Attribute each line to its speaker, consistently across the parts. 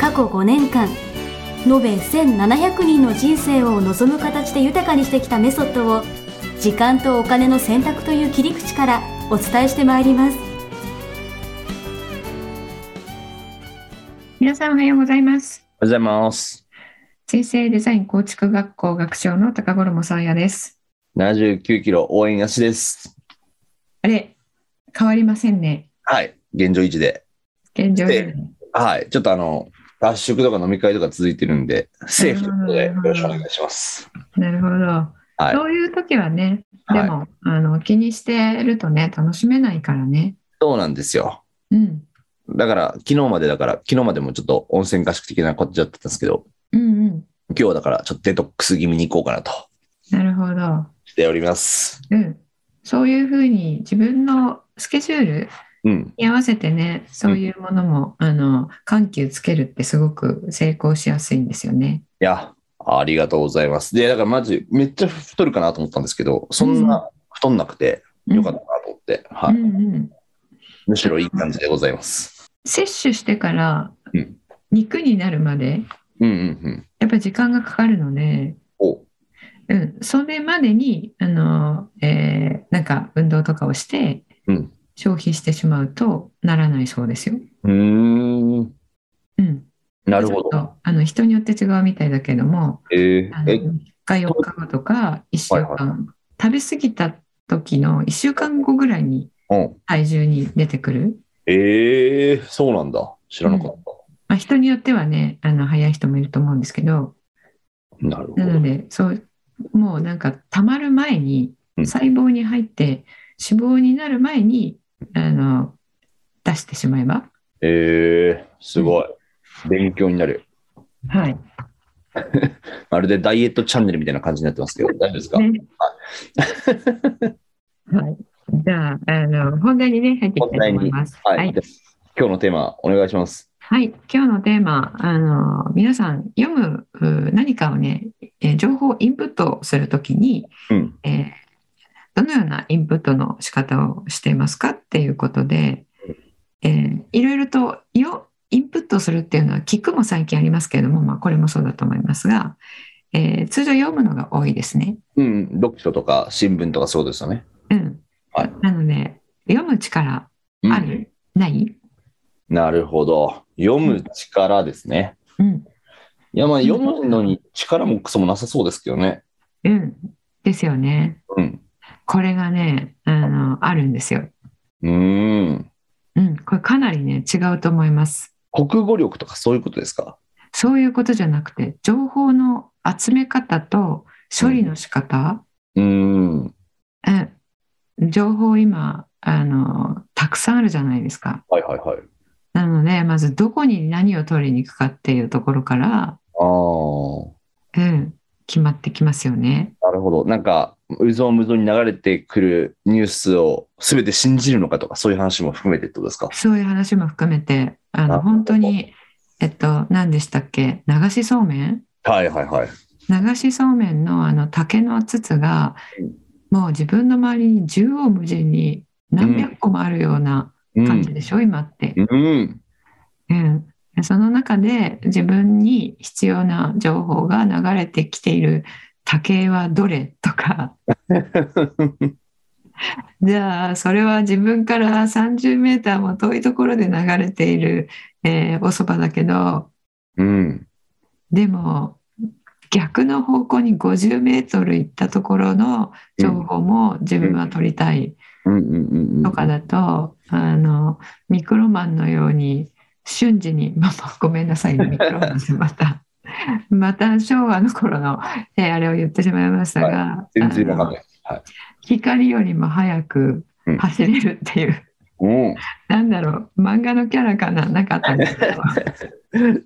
Speaker 1: 過去5年間延べ1700人の人生を望む形で豊かにしてきたメソッドを時間とお金の選択という切り口からお伝えしてまいります
Speaker 2: 皆さんおはようございます。
Speaker 3: おはようございます。
Speaker 2: 人生デザイン構築学校学長の高頃もさんやです。
Speaker 3: 79キロ応援足です。
Speaker 2: あれ、変わりませんね。
Speaker 3: はい。現状維持で。
Speaker 2: 現状
Speaker 3: えはい。ちょっとあの、合宿とか飲み会とか続いてるんで、セーフということで、よろしくお願いします。
Speaker 2: なるほど。
Speaker 3: はい
Speaker 2: そういう時はね、で
Speaker 3: はい
Speaker 2: も、あの気にしてるとね、楽しめないからね。
Speaker 3: そうなんですよ。
Speaker 2: うん。
Speaker 3: だから、昨日までだから、昨日までもちょっと温泉合宿的なことやってたんですけど、
Speaker 2: うんうん。
Speaker 3: 今日はだから、ちょっとデトックス気味に行こうかなと
Speaker 2: なるほど。
Speaker 3: しております。
Speaker 2: うん。そういうふうに自分のスケジュール
Speaker 3: うん。
Speaker 2: に合わせてね、そういうものも、あの緩急つけるってすごく成功しやすいんですよね。
Speaker 3: いや、ありがとうございます。で、だからマジ、めっちゃ太るかなと思ったんですけど、そんな太んなくて、よかったなと思って、
Speaker 2: た
Speaker 3: は
Speaker 2: う
Speaker 3: い。
Speaker 2: んうん。
Speaker 3: むしろいい感じでございます。
Speaker 2: 摂取してから
Speaker 3: うん
Speaker 2: 肉になるまで
Speaker 3: うんうんうん。
Speaker 2: やっぱり時間がかかるので、
Speaker 3: お
Speaker 2: うん、それまでにあの、えーなんか運動とかをして
Speaker 3: うん
Speaker 2: 消費してしまうとならないそうですよ。
Speaker 3: うーん。
Speaker 2: うん、
Speaker 3: なるほ
Speaker 2: ちょ
Speaker 3: ど。
Speaker 2: っとあの人によって違うみたいだけども
Speaker 3: えー
Speaker 2: あ、の
Speaker 3: え、
Speaker 2: 3日4日後とか1週間、
Speaker 3: はい
Speaker 2: 食べ過ぎた時の1週間後ぐらいに
Speaker 3: うん。
Speaker 2: 体重に出てくる、
Speaker 3: えー、そうなんだ。知らなかった。
Speaker 2: まあ、人によってはねあの早い人もいると思うんですけど。
Speaker 3: なるほど
Speaker 2: な。のでそうもうなんかたまる前に
Speaker 3: うん
Speaker 2: 細胞に入って脂肪になる前にあの出してしまえば、
Speaker 3: えー、すごい。勉強になる。
Speaker 2: はい
Speaker 3: まるでダイエットチャンネルみたいな感じになってます けど、大丈夫ですか、
Speaker 2: ねはい、じゃああの本題にね入っていきたいと思います。
Speaker 3: はい、
Speaker 2: はい
Speaker 3: で今日のテーマ、お願いします。
Speaker 2: はい今日のテーマあの皆さん読むう何かをね、えー情報をインプットするときに、
Speaker 3: うん。
Speaker 2: えーどのようなインプットの仕方をしていますかっていうことで、えーいろいろとよインプットするっていうのは聞くも最近ありますけれども、まあ、これもそうだと思いますが、えー通常読むのが多いですね。
Speaker 3: うん、読書とか新聞とかそうですよね。
Speaker 2: うん
Speaker 3: はい
Speaker 2: なので読む力
Speaker 3: うん
Speaker 2: ある、ない、
Speaker 3: なるほど。読む力ですね。
Speaker 2: うん
Speaker 3: いや、まあ、読むのに力もクソもなさそうですけどね。
Speaker 2: うん、ですよね。
Speaker 3: うん。
Speaker 2: これがねあのあるんですよ。
Speaker 3: うーん。
Speaker 2: うん、これかなりね違うと思います。
Speaker 3: 国語力とかそういうことですか
Speaker 2: そういうことじゃなくて情報の集め方と処理の仕方、
Speaker 3: うーん。
Speaker 2: え情報今あのたくさんあるじゃないですか。
Speaker 3: はいはいはい。
Speaker 2: なのでまずどこに何を取りに行くかっていうところから、
Speaker 3: ああ。
Speaker 2: うん、決まってきますよね。
Speaker 3: なるほど。なんか、うぞうむぞうに流れてくるニュースを全て信じるのかとか、そういう話も含めてってことですか
Speaker 2: そういう話も含めてあ
Speaker 3: な
Speaker 2: の
Speaker 3: るほど
Speaker 2: 本当にえっと何でしたっけ流しそうめん
Speaker 3: はいはいはい。
Speaker 2: 流しそうめんのあの竹の筒が
Speaker 3: う
Speaker 2: もう自分の周りに縦横無尽に何百個もあるような
Speaker 3: う
Speaker 2: 感じ
Speaker 3: ん。
Speaker 2: でしょ、今って。
Speaker 3: うん。
Speaker 2: うん、その中で自分に必要な情報が流れてきている多形はどれとか じゃあそれは自分から30メーターも遠いところで流れている、えーおそばだけど
Speaker 3: うん。
Speaker 2: でも逆の方向に50メートル行ったところの情報も自分は取りたい
Speaker 3: うんうんうんうん。
Speaker 2: とかだと、あのミクロマンのように瞬時に、 まあまあ、ごめんなさいねミクロマンですまた また昭和の頃の、えーあれを言ってしまいましたが、
Speaker 3: 全然わか
Speaker 2: あ
Speaker 3: ん
Speaker 2: の
Speaker 3: ない。はい。
Speaker 2: 光よりも早く
Speaker 3: うん
Speaker 2: 走れるっていう、 なんだろう漫画のキャラかななかったんですけど
Speaker 3: うん。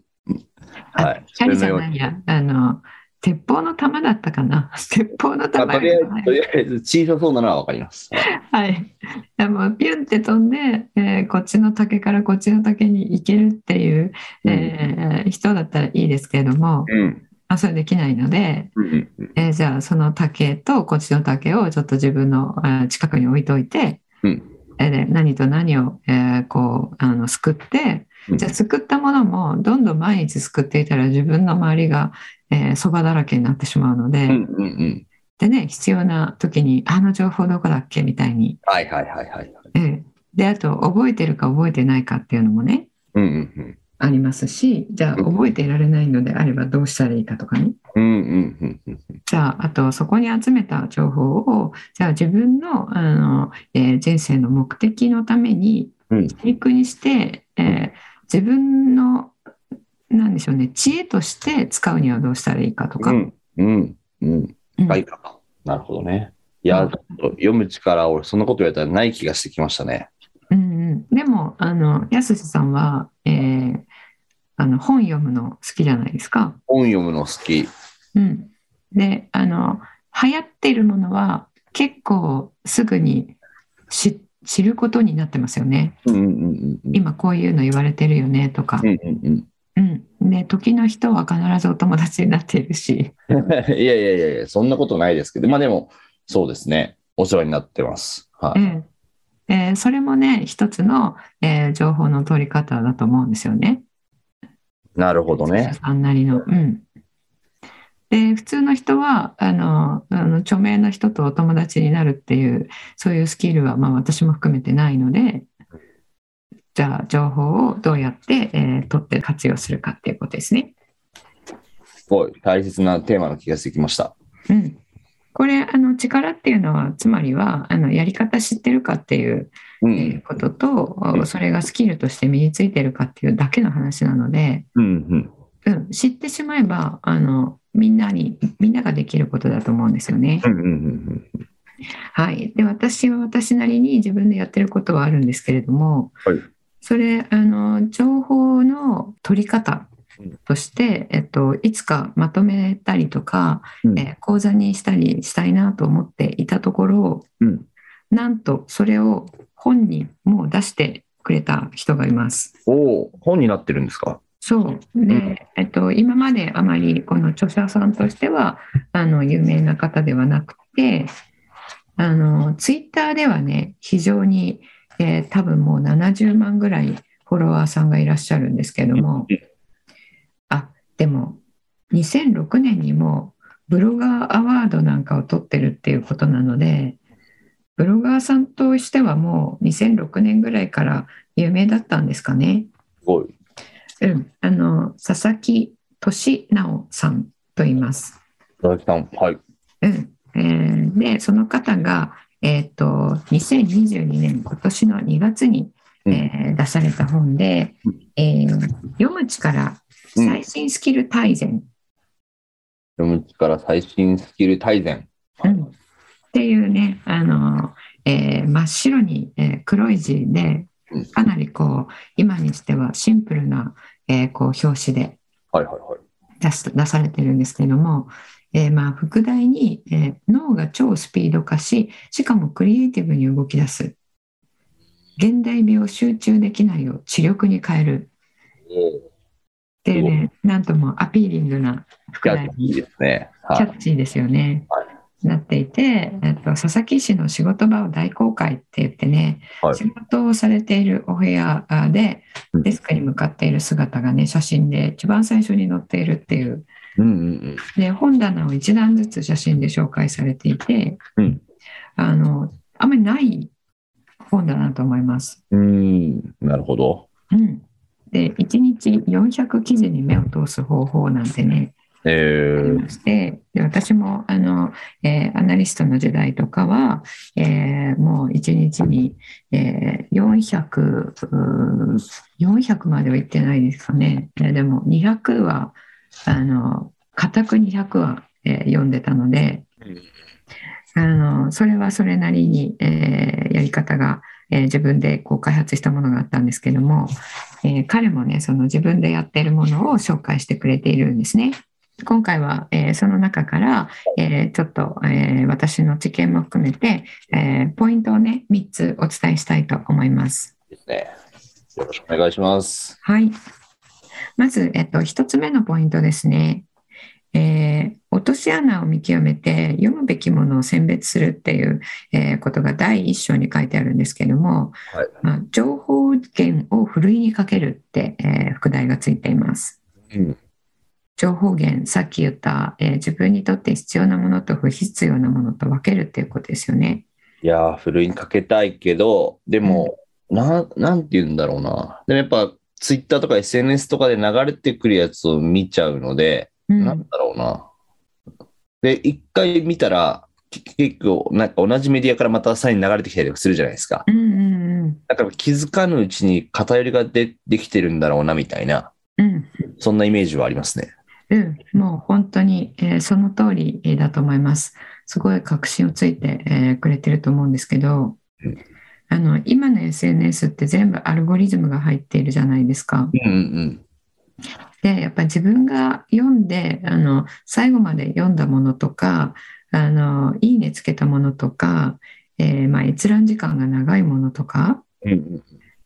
Speaker 3: はい。
Speaker 2: キャリじゃ
Speaker 3: それのよう
Speaker 2: な
Speaker 3: に
Speaker 2: いや、あの、鉄砲の玉だったかな。 鉄砲の
Speaker 3: まあ
Speaker 2: 玉。
Speaker 3: とりあえず、とりあえず、小さそうなのはわかります。
Speaker 2: はい。でもピュンって飛んで、えーこっちの竹からこっちの竹に行けるっていう、えー人だったらいいですけれども、
Speaker 3: うん。
Speaker 2: まあ、それできないので、
Speaker 3: うん。うん
Speaker 2: えーじゃあその竹とこっちの竹をちょっと自分のえー近くに置いといて、
Speaker 3: うん
Speaker 2: えーで何と何を、えーこうあのすくって
Speaker 3: うん
Speaker 2: じゃあすくったものもどんどん毎日すくっていたら自分の周りがえーそば、だらけになってしまうので、
Speaker 3: うんうんうん。
Speaker 2: でね必要な時にあの情報どこだっけみたいに、
Speaker 3: はいはいはいはい。
Speaker 2: えーであと覚えてるか覚えてないかっていうのもね
Speaker 3: うんうん
Speaker 2: ありますしじゃあ
Speaker 3: うん
Speaker 2: 覚えていられないのであればどうしたらいいかとかね
Speaker 3: うん。うんうんうんうん。
Speaker 2: じゃあ、あとそこに集めた情報を、じゃあ自分の、あの、えー人生の目的のために
Speaker 3: うん、
Speaker 2: 陸にして、えー自分の、なんでしょうね、知恵として使うにはどうしたらいいかとか、
Speaker 3: うん。うん。うん。
Speaker 2: うん
Speaker 3: はい。なるほどね。いや、読む力、俺、そんなこと言われたらない気がしてきましたね。
Speaker 2: うんうんでも、あの、やすしさんは、えーあの、本読むの好きじゃないですか。
Speaker 3: 本読むの好き。
Speaker 2: うん。で、あの、流行っているものは結構すぐに知知ることになってますよね。
Speaker 3: うんうんうんうん。
Speaker 2: 今こういうの言われてるよねとか
Speaker 3: う、んうん
Speaker 2: うん、で時の人は必ずお友達になっているし、
Speaker 3: うん。いやいやいやいや、そんなことないですけど、まあでも、そうですね。お世話になってます。は
Speaker 2: え
Speaker 3: い。
Speaker 2: ええーそれもね一つの、えー情報の取り方だと思うんですよね。
Speaker 3: なるほど
Speaker 2: お医者
Speaker 3: ね。
Speaker 2: さんなりの、うん、で普通の人はあのあの著名な人とお友達になるっていうそういうスキルは、まあ、私も含めてないのでじゃあ情報をどうやって、えー取って活用するかっていうことですね。
Speaker 3: すごい大切なテーマの気がしてきました。
Speaker 2: うん、これあの力っていうのはつまりはあのやり方知ってるかっていう
Speaker 3: う
Speaker 2: えー
Speaker 3: ん。
Speaker 2: ことと、
Speaker 3: うん
Speaker 2: それがスキルとして身についてるかっていうだけの話なので、
Speaker 3: うん
Speaker 2: うん、知ってしまえばあのみんなにみんなができることだと思うんですよね
Speaker 3: うん。う。んうんうん
Speaker 2: はい、で私は私なりに自分でやってることはあるんですけれども、
Speaker 3: はい
Speaker 2: それあの情報の取り方として、えっと、いつかまとめたりとか、
Speaker 3: うん
Speaker 2: えー講座にしたりしたいなと思っていたところ
Speaker 3: うん。
Speaker 2: なんとそれを本にもう出してくれた人がいます。
Speaker 3: おお、本になってるんですか。
Speaker 2: そう
Speaker 3: うん
Speaker 2: で、えっと、今まであまりこの著者さんとしてはあの有名な方ではなくてあのツイッターではね非常に、えー多分もう70万ぐらいフォロワーさんがいらっしゃるんですけどもあでも2006年にもブロガーアワードなんかを取ってるっていうことなのでブロガーさんとしてはもう2006年ぐらいから有名だったんですかね。
Speaker 3: すごい。
Speaker 2: うん、あの佐々木俊直さんと言います。
Speaker 3: 佐々木さん、はい。
Speaker 2: うんえーでその方が、えー、と2022年今年の2月に、
Speaker 3: うん
Speaker 2: えー出された本で
Speaker 3: うん
Speaker 2: 「えー読む力
Speaker 3: うん
Speaker 2: 最新スキル大全」
Speaker 3: 読む力最新スキル大全。
Speaker 2: うんっていうねあの、えー真っ白に、えー黒い字で
Speaker 3: うん
Speaker 2: かなりこう今にしてはシンプルな、えーこう表紙で
Speaker 3: はいはいはい。
Speaker 2: 出す出されてるんですけれども、えーまあ副題に、えー脳が超スピード化ししかもクリエイティブに動き出す現代美を集中できないを知力に変えるっていうねなんともアピーリングな副
Speaker 3: いや
Speaker 2: 題、
Speaker 3: いいですね。は
Speaker 2: キャ
Speaker 3: い。
Speaker 2: ッチーですよね。
Speaker 3: は
Speaker 2: なっていて、えっと、佐々木氏の仕事場を大公開って言ってね、
Speaker 3: はい
Speaker 2: 仕事をされているお部屋あで
Speaker 3: うん
Speaker 2: デスクに向かっている姿がね写真で一番最初に載っているっていう
Speaker 3: うんうん
Speaker 2: で本棚を一段ずつ写真で紹介されていて、
Speaker 3: うん
Speaker 2: あのあんまりない本だなと思います。
Speaker 3: うん。うーん、なるほど。
Speaker 2: うん、で1日400記事に目を通す方法なんてね
Speaker 3: え
Speaker 2: あり
Speaker 3: ー、
Speaker 2: ましてで私もあの、えーアナリストの時代とかは、えーもう1日に、えー400うー400まではいってないですかねえーでも200はあの固く200は、えー読んでたのであのそれはそれなりに、えーやり方が、えー自分でこう開発したものがあったんですけども、えー彼もねその自分でやっているものを紹介してくれているんですね。今回は、えーその中から、えーちょっと、えー私の知見も含めて、えーポイントをね3つお伝えしたいと思います。
Speaker 3: ですね。よろしくお願いします。
Speaker 2: はい。まず、えっと、一つ目のポイントですね。えー落とし穴を見極めて読むべきものを選別するっていう、えーことが第一章に書いてあるんですけども、
Speaker 3: はい
Speaker 2: まあ情報源をふるいにかけるって、えー副題がついています。
Speaker 3: うん。
Speaker 2: 情報源さっき言った、えー自分にとって必要なものと不必要なものと分けるっていうことですよね。
Speaker 3: いやー、ふるいにかけたいけど、でも、なん、なんて言うんだろうな。でもやっぱ、ツイッターとか SNS とかで流れてくるやつを見ちゃうので、
Speaker 2: うん
Speaker 3: なんだろうな。で、一回見たら、き結構、なんか同じメディアからまたさらに流れてきたりとかするじゃないですか。
Speaker 2: うんうん
Speaker 3: だから気づかぬうちに偏りがでできてるんだろうな、みたいな、
Speaker 2: うんうん
Speaker 3: そんなイメージはありますね。
Speaker 2: うんもう本当に、えーその通りえーだと思います。すごい確信をついて、えーくれてると思うんですけど
Speaker 3: うん、
Speaker 2: あの今の SNS って全部アルゴリズムが入っているじゃないですか。
Speaker 3: うんうん
Speaker 2: でやっぱり自分が読んであの最後まで読んだものとかあのいいねつけたものとか、えーまあ、閲覧時間が長いものとか
Speaker 3: うん。うん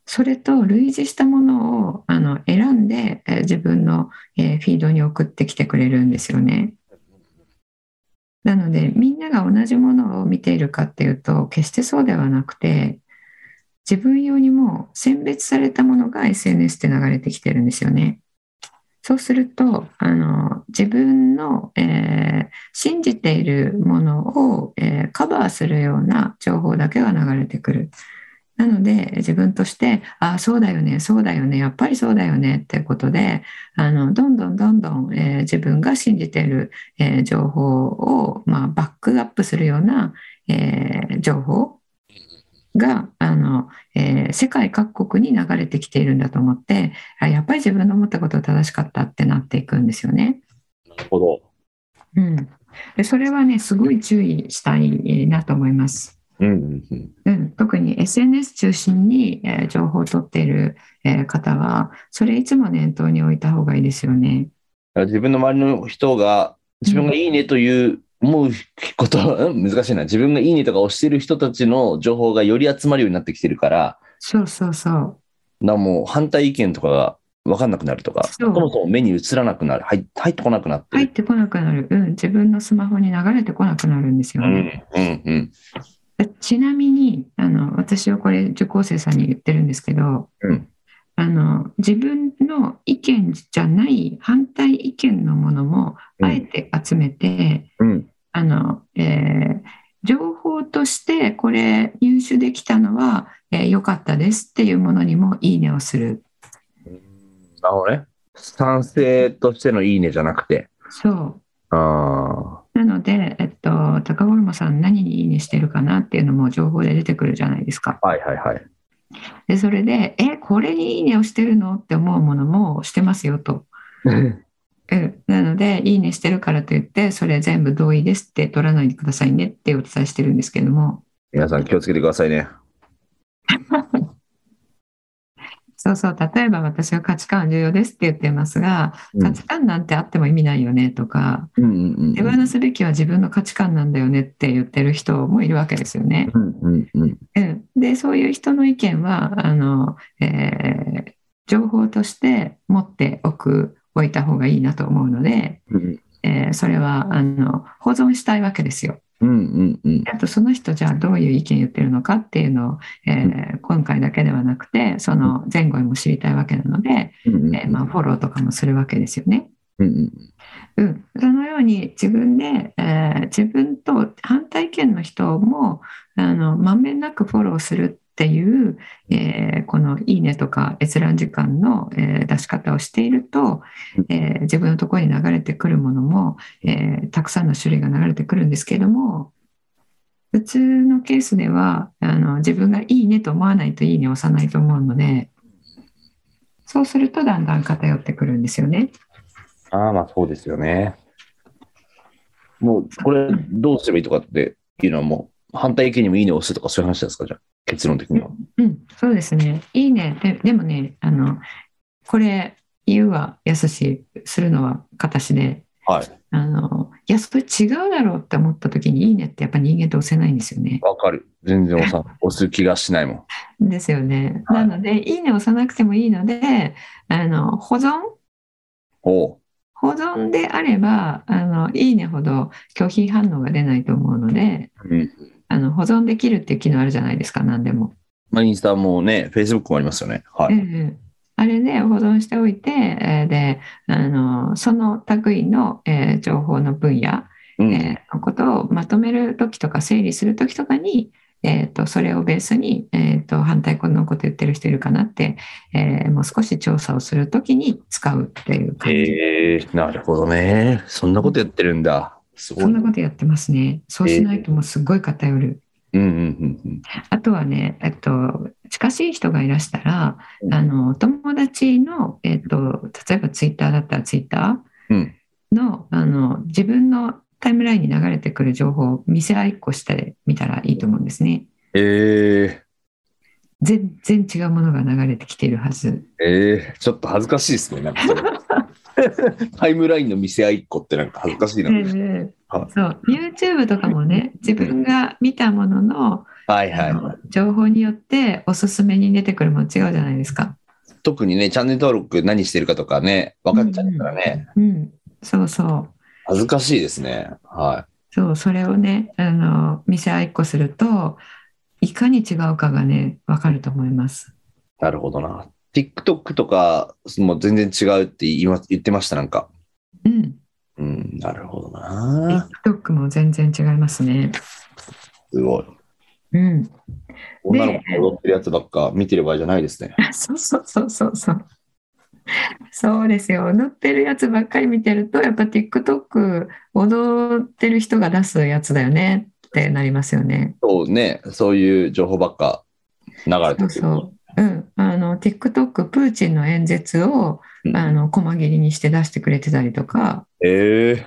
Speaker 2: それと類似したものをあの選んで、えー自分の、えーフィードに送ってきてくれるんですよね。なのでみんなが同じものを見ているかっていうと決してそうではなくて自分用にもう選別されたものが SNS で流れてきてるんですよね。そうするとあの自分の、えー信じているものを、えーカバーするような情報だけが流れてくる。なので自分としてああそうだよねそうだよねやっぱりそうだよねってことであのどんどんどんどん、えー自分が信じている、えー情報を、まあ、バックアップするような、えー情報があの、えー世界各国に流れてきているんだと思ってあやっぱり自分の思ったこと正しかったってなっていくんですよね。
Speaker 3: なるほど。
Speaker 2: うん、でそれはねすごい注意したいえーなと思います。
Speaker 3: うんうんうん。
Speaker 2: うん、特に SNS 中心に、えー情報を取っている、えー方はそれいつも念頭に置いた方がいいですよね。
Speaker 3: だから自分の周りの人が、自分がいいねという、思うこと は、うん難しいな。自分がいいねとか押してる人たちの情報がより集まるようになってきてるから、
Speaker 2: そうそうそう。
Speaker 3: なもう反対意見とかが分かんなくなるとか、
Speaker 2: そう
Speaker 3: そもそも目に映らなくなる、入入ってこなくなって
Speaker 2: 入っ
Speaker 3: る。
Speaker 2: てこなくなる、うん、自分のスマホに流れてこなくなるんですよ
Speaker 3: う
Speaker 2: ね。
Speaker 3: んうんうん。
Speaker 2: でちなみにあの私はこれ受講生さんに言ってるんですけど、
Speaker 3: うん
Speaker 2: あの自分の意見じゃない反対意見のものも
Speaker 3: うん
Speaker 2: あえて集めて、
Speaker 3: うん
Speaker 2: あの、えー情報としてこれ入手できたのは良、えー良かったですっていうものにもいいねをする。
Speaker 3: なるほどね。賛成としてのいいねじゃなくて。
Speaker 2: そう。
Speaker 3: あ
Speaker 2: なので、えっと、高頃馬さん何にいいねしてるかなっていうのも情報で出てくるじゃないですか。
Speaker 3: あ、はいはいはい。
Speaker 2: で、それで、え、これにいいねをしてるのって思うものもしてますよと。 うん、なので、いいねしてるからといって、それ全部同意ですって取らないでくださいねってお伝えしてるんですけども。
Speaker 3: 皆さん気をつけてくださいね。
Speaker 2: そうそう、例えば私は価値観は重要ですって言ってますが、
Speaker 3: うん
Speaker 2: 価値観なんてあっても意味ないよねとか、
Speaker 3: うんうんうん
Speaker 2: 手放すべきは自分の価値観なんだよねって言ってる人もいるわけですよね。
Speaker 3: うんうんうん。
Speaker 2: うん、で、そういう人の意見は、あの、えー情報として持っておく、おいた方がいいなと思うので、
Speaker 3: うん
Speaker 2: えーそれは、あの、保存したいわけですよ。
Speaker 3: うんうん。
Speaker 2: あとその人じゃあどういう意見言ってるのかっていうのを、えー今回だけではなくてその前後にも知りたいわけなので、
Speaker 3: うん
Speaker 2: えーまあ、フォローとかもするわけですよね。
Speaker 3: うんうん
Speaker 2: うん、そのように自分で、えー自分と反対意見の人もあのまんべんなくフォローするっていう、えーこの「いいね」とか閲覧時間の、えー出し方をしていると、えー自分のところに流れてくるものも、えーたくさんの種類が流れてくるんですけども普通のケースではあの自分が「いいね」と思わないと「いいね」を押さないと思うのでそうするとだんだん偏ってくるんですよね。
Speaker 3: ああ、まあそうですよね。もう、これ、どうすればいいとかっていうのはもう、反対意見にもいいねを押すとかそういう話ですか、じゃ結論的には。
Speaker 2: うん、そうですね。いいね。ででもね、あの、これ、言うはやすし、するのは形で、
Speaker 3: はい。
Speaker 2: あの、いや、それ違うだろうって思った時に、いいねってやっぱ人間って押せないんですよね。
Speaker 3: わかる。全然押さん押す気がしないもん。
Speaker 2: ですよね。
Speaker 3: はい
Speaker 2: なので、いいね押さなくてもいいので、あの、保存
Speaker 3: おう
Speaker 2: 保存であれば、あの、いいねほど拒否反応が出ないと思うので、
Speaker 3: うん。
Speaker 2: あの、保存できるっていう機能あるじゃないですか、何でも。
Speaker 3: まあ、インスタもね、フェイスブックもありますよね。は
Speaker 2: え
Speaker 3: い。
Speaker 2: えあれで保存しておいて、えーであのその類の、えー情報の分野、
Speaker 3: うん。
Speaker 2: えーのことをまとめる時とか整理する時とかに、えー、とそれをベースに、えー、と反対のこと言ってる人いるかなって、えーもう少し調査をする時に使うっていう感じ、
Speaker 3: えーなるほどね。そんなことやってるんだ。すごい。
Speaker 2: そ
Speaker 3: うんん
Speaker 2: なことやってますねそうしないともうすっごい偏る。
Speaker 3: うんうんうん。
Speaker 2: あとはね、えっと、近しい人がいらしたら、
Speaker 3: うん
Speaker 2: あの友達の、えっと、例えばツイッターだったらツイッタ
Speaker 3: うん
Speaker 2: ーの,、あの自分のタイムラインに流れてくる情報を見せ合いっこしてみたらいいと思うんですね。
Speaker 3: え
Speaker 2: 全然違うものが流れてきているはず。
Speaker 3: ー、えー、ちょっと恥ずかしいですね。なんか それタイムラインの見せ合いっ子ってなんか恥ずかしいな。はい
Speaker 2: そう YouTube とかもね自分が見たものの,、
Speaker 3: はいは
Speaker 2: あ
Speaker 3: い。
Speaker 2: の情報によっておすすめに出てくるもの違うじゃないですか。
Speaker 3: 特にね、チャンネル登録何してるかとかね、分かっちゃうからね、
Speaker 2: うん、そうそう
Speaker 3: 恥ずかしいですね。は
Speaker 2: そう、それをね、あの、見せ合いっこすると、いかに違うかがね、わかると思います。
Speaker 3: い。なるほどな。TikTok とか、もう全然違うって言いま言ってました、なんか。
Speaker 2: うん。
Speaker 3: うん、なるほどな。
Speaker 2: TikTok も全然違いますね。
Speaker 3: すごい。
Speaker 2: うん。
Speaker 3: 女の子が踊ってるやつばっか見てる場合じゃないですね。
Speaker 2: そうそうそうそうそう。そうですよ。乗ってるやつばっかり見てると、やっぱ TikTok 踊ってる人が出すやつだよねってなりますよね。
Speaker 3: そうね、そういう情報ばっか流
Speaker 2: そう
Speaker 3: れてくる。
Speaker 2: そう。うん、あの TikTok プーチンの演説を
Speaker 3: うん
Speaker 2: あの細切りにして出してくれてたりとか、
Speaker 3: ええ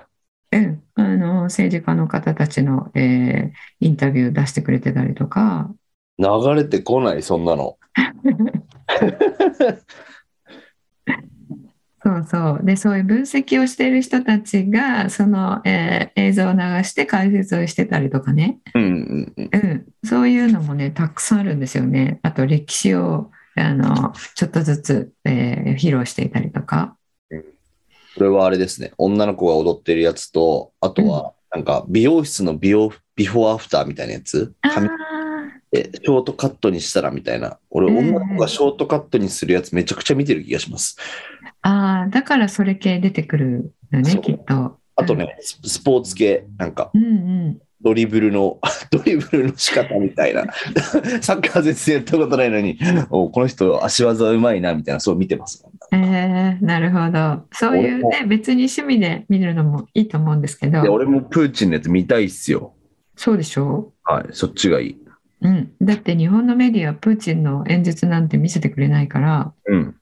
Speaker 2: ええ、あの政治家の方たちの、えーインタビュー出してくれてたりとか、
Speaker 3: 流れてこない、そんなの。
Speaker 2: そうそう。で、そういう分析をしている人たちが、その、えー映像を流して解説をしてたりとかね、
Speaker 3: うんうんうん。
Speaker 2: うん、そういうのもね、たくさんあるんですよね。あと、歴史をあのちょっとずつ、えー披露していたりとか。
Speaker 3: それはあれですね。女の子が踊ってるやつと、あとは、なんか、美容室の美容、ビフォーアフターみたいなやつ。
Speaker 2: あ
Speaker 3: 髪えショートカットにしたらみたいな。俺、
Speaker 2: うん
Speaker 3: 女の子がショートカットにするやつめちゃくちゃ見てる気がします。
Speaker 2: ーあー、だからそれ系出てくるよ
Speaker 3: そ
Speaker 2: ね、
Speaker 3: う
Speaker 2: きっと。
Speaker 3: あとね、ススポーツ系、なんか、
Speaker 2: うんうん。
Speaker 3: ドリブルの、 ドリブルの仕方みたいな。 サッカー全然やったことないのに、おこの人足技うまいな、みたいな、そう見てます。
Speaker 2: えー、なるほど。そういうね、別に趣味で見るのもいいと思うんですけ
Speaker 3: で、
Speaker 2: ど、
Speaker 3: 俺もプーチンのやつ見たいっすよ。
Speaker 2: そうでしょ
Speaker 3: はい、そっちがいい。
Speaker 2: う、うん、だって日本のメディアはプーチンの演説なんて見せてくれないから、
Speaker 3: うん。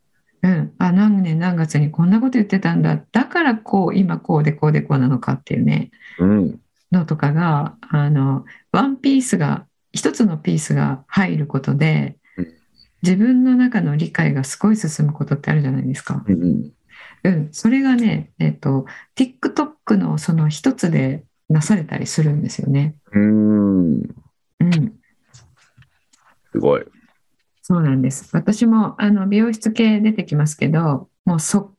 Speaker 2: うん、あ何年何月にこんなこと言ってたんだだからこう今こうでこうでこうなのかっていうね
Speaker 3: うん。
Speaker 2: のとかがあのワンピースが一つのピースが入ることで
Speaker 3: うん
Speaker 2: 自分の中の理解がすごい進むことってあるじゃないですか。
Speaker 3: うんうん。
Speaker 2: うん、それがね、えっと TikTok のその一つでなされたりするんですよね。
Speaker 3: うん。
Speaker 2: うん、
Speaker 3: すごい。
Speaker 2: そうなんです。私もあの美容室系出てきますけど、もう速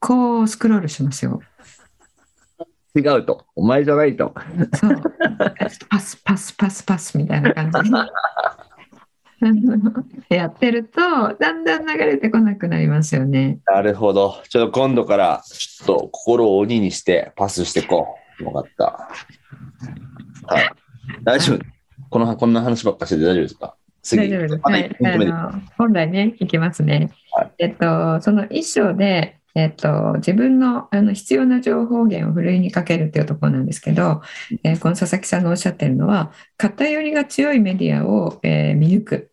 Speaker 2: 攻スクロールしますよ。
Speaker 3: 違うと。お前じゃないと。
Speaker 2: そう。パスパスパスパスみたいな感じで。あのやってるとだんだん流れてこなくなりますよね。
Speaker 3: なるほど。ちょっと今度から、ちょっと心を鬼にしてパスしてこう。よかった。はい。大丈夫。このこんな話ばっかしてて大丈夫ですか次。
Speaker 2: 大丈夫です。は
Speaker 3: まだ
Speaker 2: い
Speaker 3: 一。本
Speaker 2: あ
Speaker 3: 目で
Speaker 2: の、本来ね、いきますね。
Speaker 3: はい
Speaker 2: えっと、その一章で、えっと、自分のあの必要な情報源をふるいにかけるっていうところなんですけど、えーこの佐々木さんがおっしゃってるのは、偏りが強いメディアを、えー見抜く。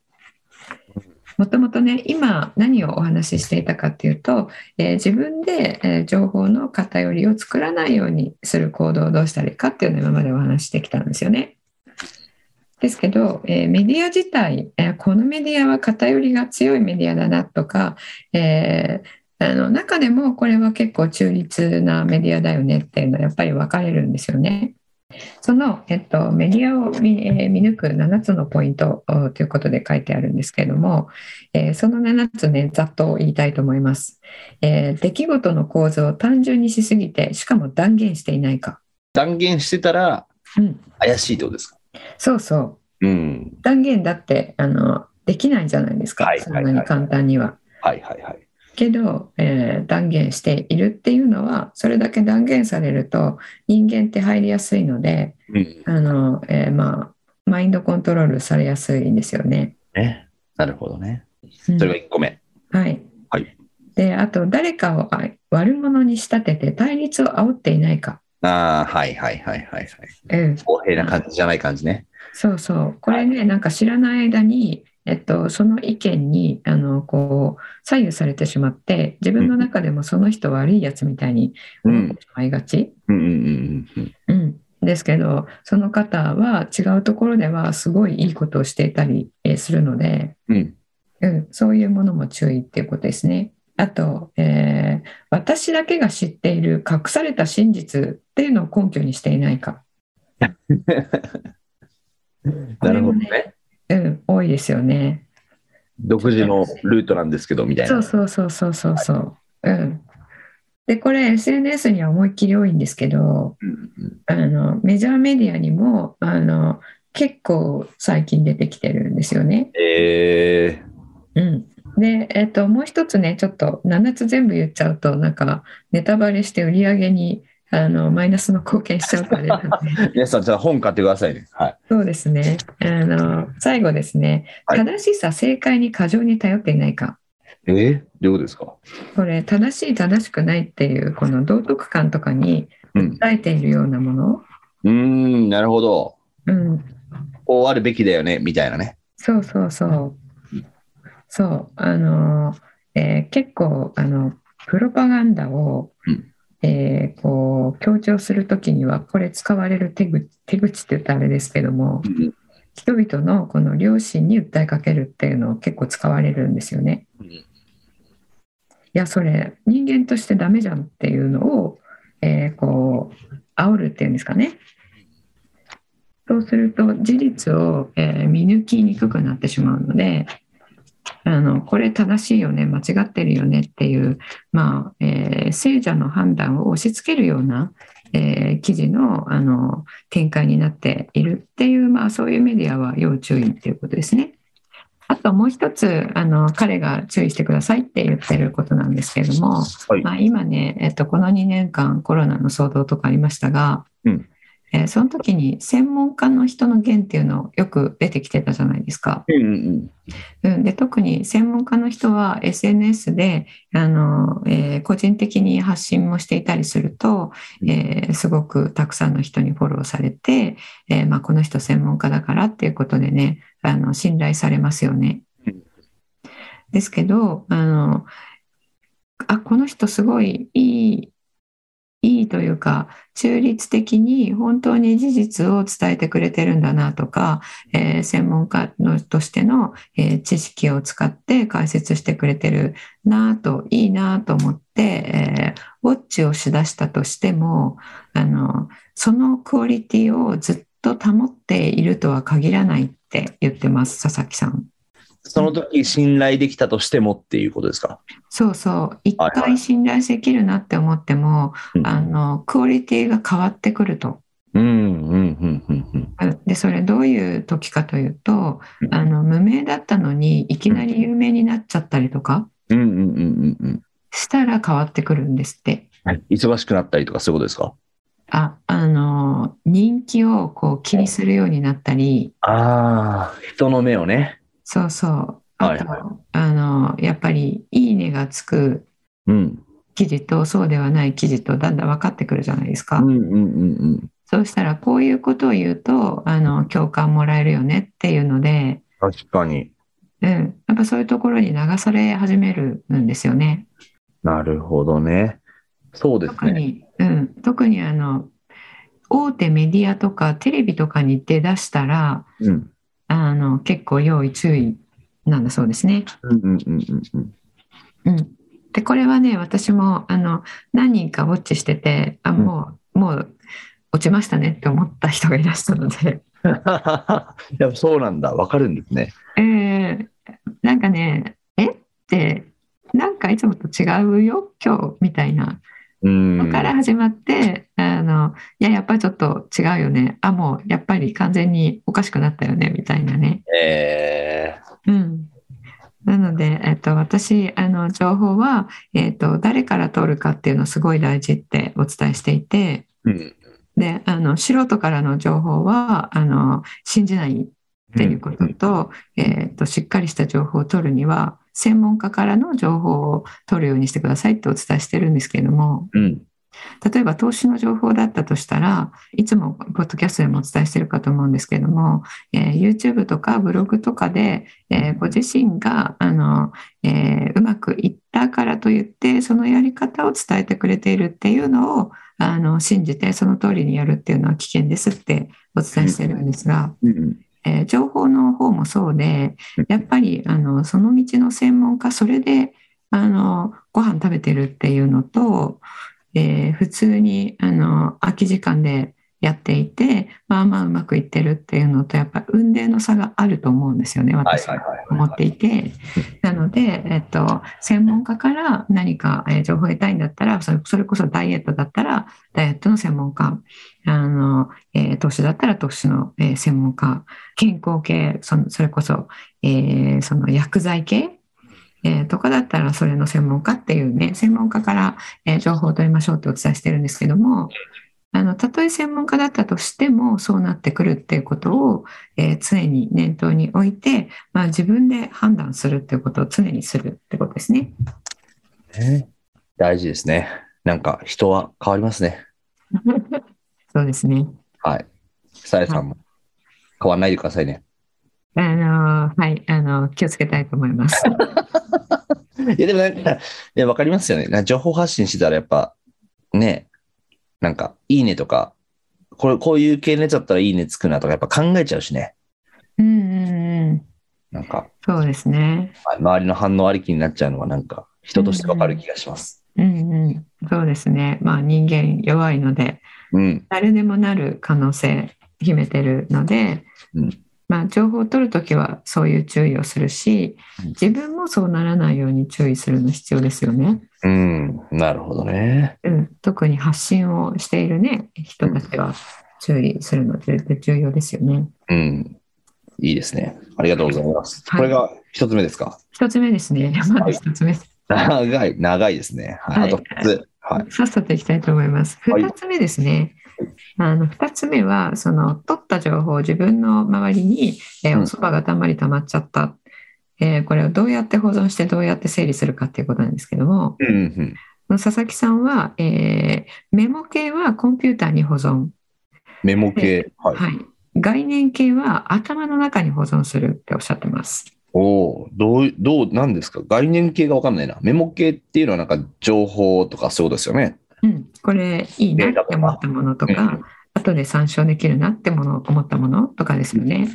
Speaker 2: もともとね、今何をお話ししていたかっていうと、えー自分で、えー情報の偏りを作らないようにする行動をどうしたらいいかっていうのを今までお話ししてきたんですよね。ですけど、えーメディア自体、えーこのメディアは偏りが強いメディアだなとか、えーあの中でもこれは結構中立なメディアだよねっていうのはやっぱり分かれるんですよね。その、えっと、メディアを見,、えー見抜く7つのポイントおということで書いてあるんですけれども、えーその7つねざっと言いたいと思います、えー出来事の構造を単純にしすぎてしかも断言していないか、
Speaker 3: 断言してたら
Speaker 2: うん、
Speaker 3: 怪しいってことですか
Speaker 2: そうそう
Speaker 3: うん。
Speaker 2: 断言だってあのできないじゃないですか、
Speaker 3: はい
Speaker 2: そんなに簡単には。
Speaker 3: はいはいはい。
Speaker 2: けど、えー断言しているっていうのはそれだけ断言されると人間って入りやすいので
Speaker 3: うん。
Speaker 2: あの、えーまあ、マインドコントロールされやすいんですよね。
Speaker 3: ね。なるほどね。
Speaker 2: うん
Speaker 3: それが1個目。
Speaker 2: はい
Speaker 3: はい
Speaker 2: であと誰かをあ悪者に仕立てて対立を煽っていないか、
Speaker 3: ああ、はいはいはいはいはい。
Speaker 2: うん、
Speaker 3: 公平な感じじゃない感じね。
Speaker 2: そうそう、これね、なんか知らない間に、えっと、その意見にあのこう左右されてしまって、自分の中でもその人悪いやつみたいに
Speaker 3: う
Speaker 2: 思っ
Speaker 3: ん。
Speaker 2: てしまいがち、
Speaker 3: うんうんうんうん
Speaker 2: うん、ですけど、その方は違うところではすごいいいことをしていたりえーするので、
Speaker 3: うん。うん。
Speaker 2: うん、そういうものも注意っていうことですね。あと、えー私だけが知っている隠された真実っていうのを根拠にしていないか。
Speaker 3: なるほど
Speaker 2: これも
Speaker 3: ね。
Speaker 2: うん、多いですよね。
Speaker 3: 独自のルートなんですけど、みたい
Speaker 2: そう
Speaker 3: な。
Speaker 2: そうそうそうそうそう。うん。で、これ SNS には思いっきり多いんですけど、
Speaker 3: うんうん
Speaker 2: あのメジャーメディアにもあの結構最近出てきてるんですよね。
Speaker 3: ええ。
Speaker 2: うん。で、えっと、もう一つね、ちょっと7つ全部言っちゃうと、なんかネタバレして売り上げにあのマイナスの貢献しちゃうからあれ なんで
Speaker 3: 皆さん、じゃあ本買ってくださいね。はい。
Speaker 2: そうですね。あの最後ですね、
Speaker 3: はい
Speaker 2: 正しさ、正解に過剰に頼っていないか。
Speaker 3: ええどういうことですか
Speaker 2: これ正しい正しくないっていうこの道徳観とかに
Speaker 3: うん。
Speaker 2: 訴えているようなもの、
Speaker 3: うーん、なるほど。
Speaker 2: うん、
Speaker 3: こうあるべきだよね、みたいなね。
Speaker 2: そうそうそうそうあの、えー結構あのプロパガンダを、
Speaker 3: うん
Speaker 2: えーこう強調する時にはこれ使われる手口手口って言ったらあれですけども
Speaker 3: うん。
Speaker 2: 人々のこの良心に訴えかけるっていうのを結構使われるんですよね。
Speaker 3: うん
Speaker 2: いやそれ人間としてダメじゃんっていうのを、えーこう煽るっていうんですかねそうすると事実を、えー見抜きにくくなってしまうのであのこれ正しいよね間違ってるよねっていう、まあえー聖者の判断を押し付けるような、えー記事のあの展開になっているっていう、まあ、そういうメディアは要注意っていうことですね。あともう一つあの彼が注意してくださいって言ってることなんですけれども、
Speaker 3: はい
Speaker 2: まあ、今ね、えっと、この2年間コロナの騒動とかありましたが、
Speaker 3: うん
Speaker 2: えーその時に専門家の人の言っていうのよく出てきてたじゃないですか。
Speaker 3: うんうん
Speaker 2: うん、で特に専門家の人は SNS であの、えー個人的に発信もしていたりすると、えーすごくたくさんの人にフォローされて、えーまあ、この人専門家だからっていうことでねあの信頼されますよね
Speaker 3: うん。
Speaker 2: ですけどあのあこの人すごいいいいいというか中立的に本当に事実を伝えてくれてるんだなとか、えー専門家のとしての、えー知識を使って解説してくれてるなといいなと思って、えーウォッチをしだしたとしてもあのそのクオリティをずっと保っているとは限らないって言ってます佐々木さん。
Speaker 3: その時信頼できたとしてもっていうことですか
Speaker 2: そうそう一
Speaker 3: はいはい
Speaker 2: 回信頼できるなって思っても、
Speaker 3: うん
Speaker 2: あのクオリティが変わってくると。
Speaker 3: うんうんうんうんうん。
Speaker 2: でそれどういう時かというと
Speaker 3: うん
Speaker 2: あの無名だったのにいきなり有名になっちゃったりとか
Speaker 3: うんうんうんうん
Speaker 2: したら変わってくるんですって。
Speaker 3: うん。忙しくなったりとかそういうことですか
Speaker 2: ああの人気をこう気にするようになったり
Speaker 3: ああ、人の目をね。
Speaker 2: そうそうあと、
Speaker 3: はい
Speaker 2: あのやっぱり「いいね」がつく
Speaker 3: うん。
Speaker 2: 記事とそうではない記事とだんだん分かってくるじゃないですか。
Speaker 3: うんうんうん
Speaker 2: そうしたらこういうことを言うとあの共感もらえるよねっていうので、
Speaker 3: うん。確かに。
Speaker 2: うん、やっぱそういうところに流され始めるんですよね。
Speaker 3: なるほどね。そうです
Speaker 2: 特
Speaker 3: ね。
Speaker 2: に、うん、特にあの大手メディアとかテレビとかに出だしたら
Speaker 3: うん。
Speaker 2: あの結構要注意なんだそうですね。
Speaker 3: うんうんうんうんうん。
Speaker 2: うん、でこれはね私もあの何人かウォッチしててあ
Speaker 3: うん
Speaker 2: もう、もう落ちましたねって思った人がいらしたので、
Speaker 3: やっぱそうなんだ。わかるんですね。
Speaker 2: えーなんかねえってなんかいつもと違うよ今日みたいな
Speaker 3: うん。
Speaker 2: のから始まって、あのいややっぱりちょっと違うよねあもうやっぱり完全におかしくなったよねみたいなね。
Speaker 3: え
Speaker 2: うんなので、えっと、私あの情報は、えっと、誰から取るかっていうのすごい大事ってお伝えしていて、
Speaker 3: ーうん。
Speaker 2: であの素人からの情報はあの信じないっていうことと,、えー、としっかりした情報を取るには専門家からの情報を取るようにしてくださいってお伝えしてるんですけれども
Speaker 3: うん。
Speaker 2: 例えば投資の情報だったとしたらいつもポッドキャストでもお伝えしてるかと思うんですけれども、えー YouTube とかブログとかで、えーご自身があの、えーうまくいったからといってそのやり方を伝えてくれているっていうのをあの信じてその通りにやるっていうのは危険ですってお伝えしてるんですが。
Speaker 3: うん。
Speaker 2: えー情報の方もそうで
Speaker 3: うん
Speaker 2: やっぱりあのその道の専門家それであのご飯食べてるっていうのと、えー普通にあの空き時間でやっていてまあまあうまくいってるっていうのとやっぱり運命の差があると思うんですよね
Speaker 3: はい
Speaker 2: 私
Speaker 3: はいはいはい。
Speaker 2: 思っていてなので、えっと、専門家から何かえー情報を得たいんだったらそれそれこそダイエットだったらダイエットの専門家あの、えー投資だったら投資の、えー専門家健康系そのそれこそ,、えーその薬剤系、えーとかだったらそれの専門家っていうね専門家から、えー情報を取りましょうってお伝えしてるんですけどもあのたとえ専門家だったとしてもそうなってくるっていうことを、えー常に念頭に置いて、まあ、自分で判断するっていうことを常にするってことですね。
Speaker 3: ね大事ですね。なんか人は変わりますね。
Speaker 2: そうですね。
Speaker 3: はい。さやさんも変わらないでくださいね。
Speaker 2: あのーはい、あのー気をつけたいと思います。
Speaker 3: いや、でもなんか、いや、わかりますよね。なんか情報発信してたらやっぱ、ね、なんか、いいねとか、これ、こういう系のやつだったらいいねつくなとか、やっぱ考えちゃうしね。
Speaker 2: うんうんうん、
Speaker 3: なんか、
Speaker 2: そうですね。
Speaker 3: はい周りの反応ありきになっちゃうのは、なんか、人としてわかる気がします。
Speaker 2: うんうん、そうですね。まあ人間弱いので、
Speaker 3: うん。
Speaker 2: 誰でもなる可能性秘めてるので、
Speaker 3: うん
Speaker 2: まあ情報を取るときはそういう注意をするし
Speaker 3: うん、
Speaker 2: 自分もそうならないように注意するの必要ですよね。
Speaker 3: うん。なるほどね。
Speaker 2: うん、特に発信をしているね人たちは注意するのって絶対重要ですよね。
Speaker 3: うん。いいですね。ありがとうございます。
Speaker 2: はい
Speaker 3: これが一つ目ですか。
Speaker 2: 一つ目ですね。まだ一つ目。
Speaker 3: 長い、長いですね。はい。
Speaker 2: はい
Speaker 3: あと2つ。はい。
Speaker 2: さっさといきたいと思います。
Speaker 3: はい
Speaker 2: 2つ目ですね。あの2つ目はその取った情報を自分の周りに、えー
Speaker 3: うん
Speaker 2: おそばがたまりたまっちゃった、えーこれをどうやって保存してどうやって整理するかっていうことなんですけども
Speaker 3: うんうん。
Speaker 2: 佐々木さんは、えーメモ系はコンピューターに保存、
Speaker 3: メモ系。はい。
Speaker 2: はい、概念系は頭の中に保存するっておっしゃってます。
Speaker 3: おお、どう、どう、なんですか概念系がわかんないな。メモ系っていうのはなんか情報とかそういうことですよね。
Speaker 2: うん、これいいなって思ったものと
Speaker 3: データと
Speaker 2: か、後で参照できるなってもの思ったものとかですよね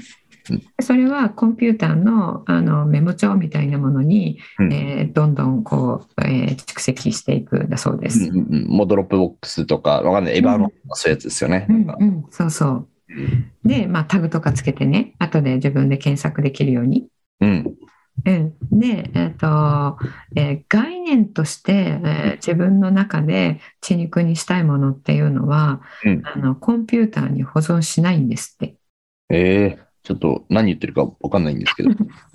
Speaker 3: うん。
Speaker 2: それはコンピューターのあのメモ帳みたいなものに、
Speaker 3: うん
Speaker 2: えーどんどんこう、えー蓄積していくんだそうで
Speaker 3: う
Speaker 2: す。
Speaker 3: んうんうん。もうドロップボックスとか、わかんない。エバーノートとかそういうやつですよね。
Speaker 2: う
Speaker 3: なん
Speaker 2: ん
Speaker 3: か
Speaker 2: うん、そうそう。で、まあ、タグとかつけてね、後で自分で検索できるように。
Speaker 3: うん。
Speaker 2: うん、で、えっとえー概念として、えー自分の中で血肉にしたいものっていうのは、
Speaker 3: うん
Speaker 2: あのコンピューターに保存しないんですって。
Speaker 3: ええちょっと何言ってるかわかんないんですけど。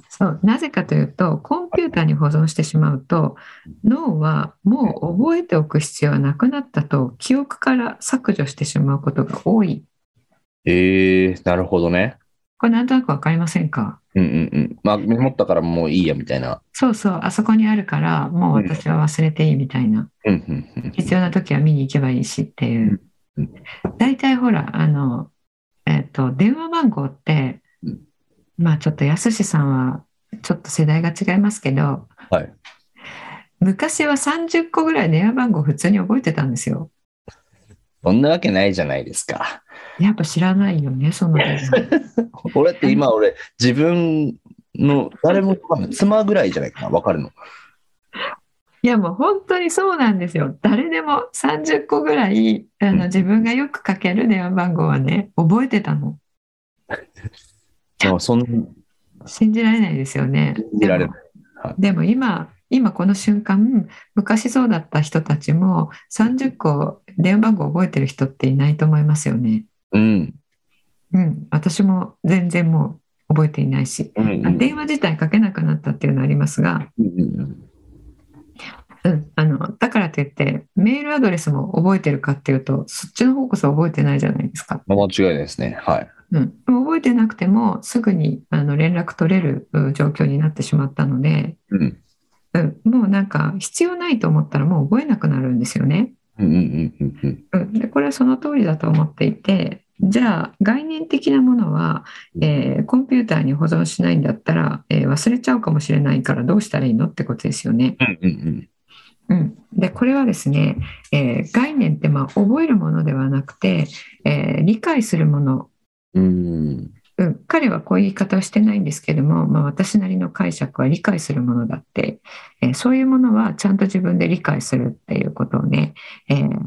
Speaker 2: そうなぜかというとコンピューターに保存してしまうと脳はもう覚えておく必要はなくなったと記憶から削除してしまうことが多い。
Speaker 3: ええなるほどね。
Speaker 2: これなんとなくわかりませんか
Speaker 3: うんうんうん。まあ、メモったからもういいやみたいな。
Speaker 2: そうそうあそこにあるからもう私は忘れていいみたいな。
Speaker 3: うんうんうん。
Speaker 2: 必要な時は見に行けばいいしっていう
Speaker 3: うん。
Speaker 2: 大体ほら、あの、えっ、と、電話番号って
Speaker 3: うん、
Speaker 2: まあちょっとやすしさんはちょっと世代が違いますけど、
Speaker 3: はい
Speaker 2: 昔は30個ぐらい電話番号普通に覚えてたんですよ。
Speaker 3: そんなわけないじゃないですか。
Speaker 2: やっぱ知らないよね、その部 分
Speaker 3: 俺って今俺、自分の誰もわかんない妻ぐらいじゃないかな、わかるの。
Speaker 2: いやもう本当にそうなんですよ。誰でも30個ぐらいあ
Speaker 3: うん
Speaker 2: の自分がよくかける電話番号はね、覚えてたの。
Speaker 3: でもそんな
Speaker 2: 信じられないですよね。
Speaker 3: 信じられない
Speaker 2: でもでも今、今この瞬間、昔そうだった人たちも30個電話番号覚えてる人っていないと思いますよね。
Speaker 3: うん。
Speaker 2: うん、私も全然もう覚えていないし。
Speaker 3: うんうん
Speaker 2: 電話自体かけなくなったっていうのはありますが、
Speaker 3: うんうん
Speaker 2: うん、あのだからといってメールアドレスも覚えてるかっていうとそっちの方こそ覚えてないじゃないですか。
Speaker 3: 間違いないですね。はい。
Speaker 2: うん、でも覚えてなくてもすぐにあの連絡取れるう状況になってしまったので、
Speaker 3: うん。
Speaker 2: うん、もうなんか必要ないと思ったらもう覚えなくなるんですよね。
Speaker 3: うんうんうんうん
Speaker 2: うん、でこれはその通りだと思っていてじゃあ概念的なものは、えーコンピューターに保存しないんだったら、えー忘れちゃうかもしれないからどうしたらいいのってことですよね。
Speaker 3: うんうん
Speaker 2: うん、でこれはですね、えー概念ってまあ覚えるものではなくて、えー理解するもの、
Speaker 3: うんうん
Speaker 2: うん、彼はこういう言い方をしてないんですけども、まあ、私なりの解釈は理解するものだって、えーそういうものはちゃんと自分で理解するっていうことをね、えー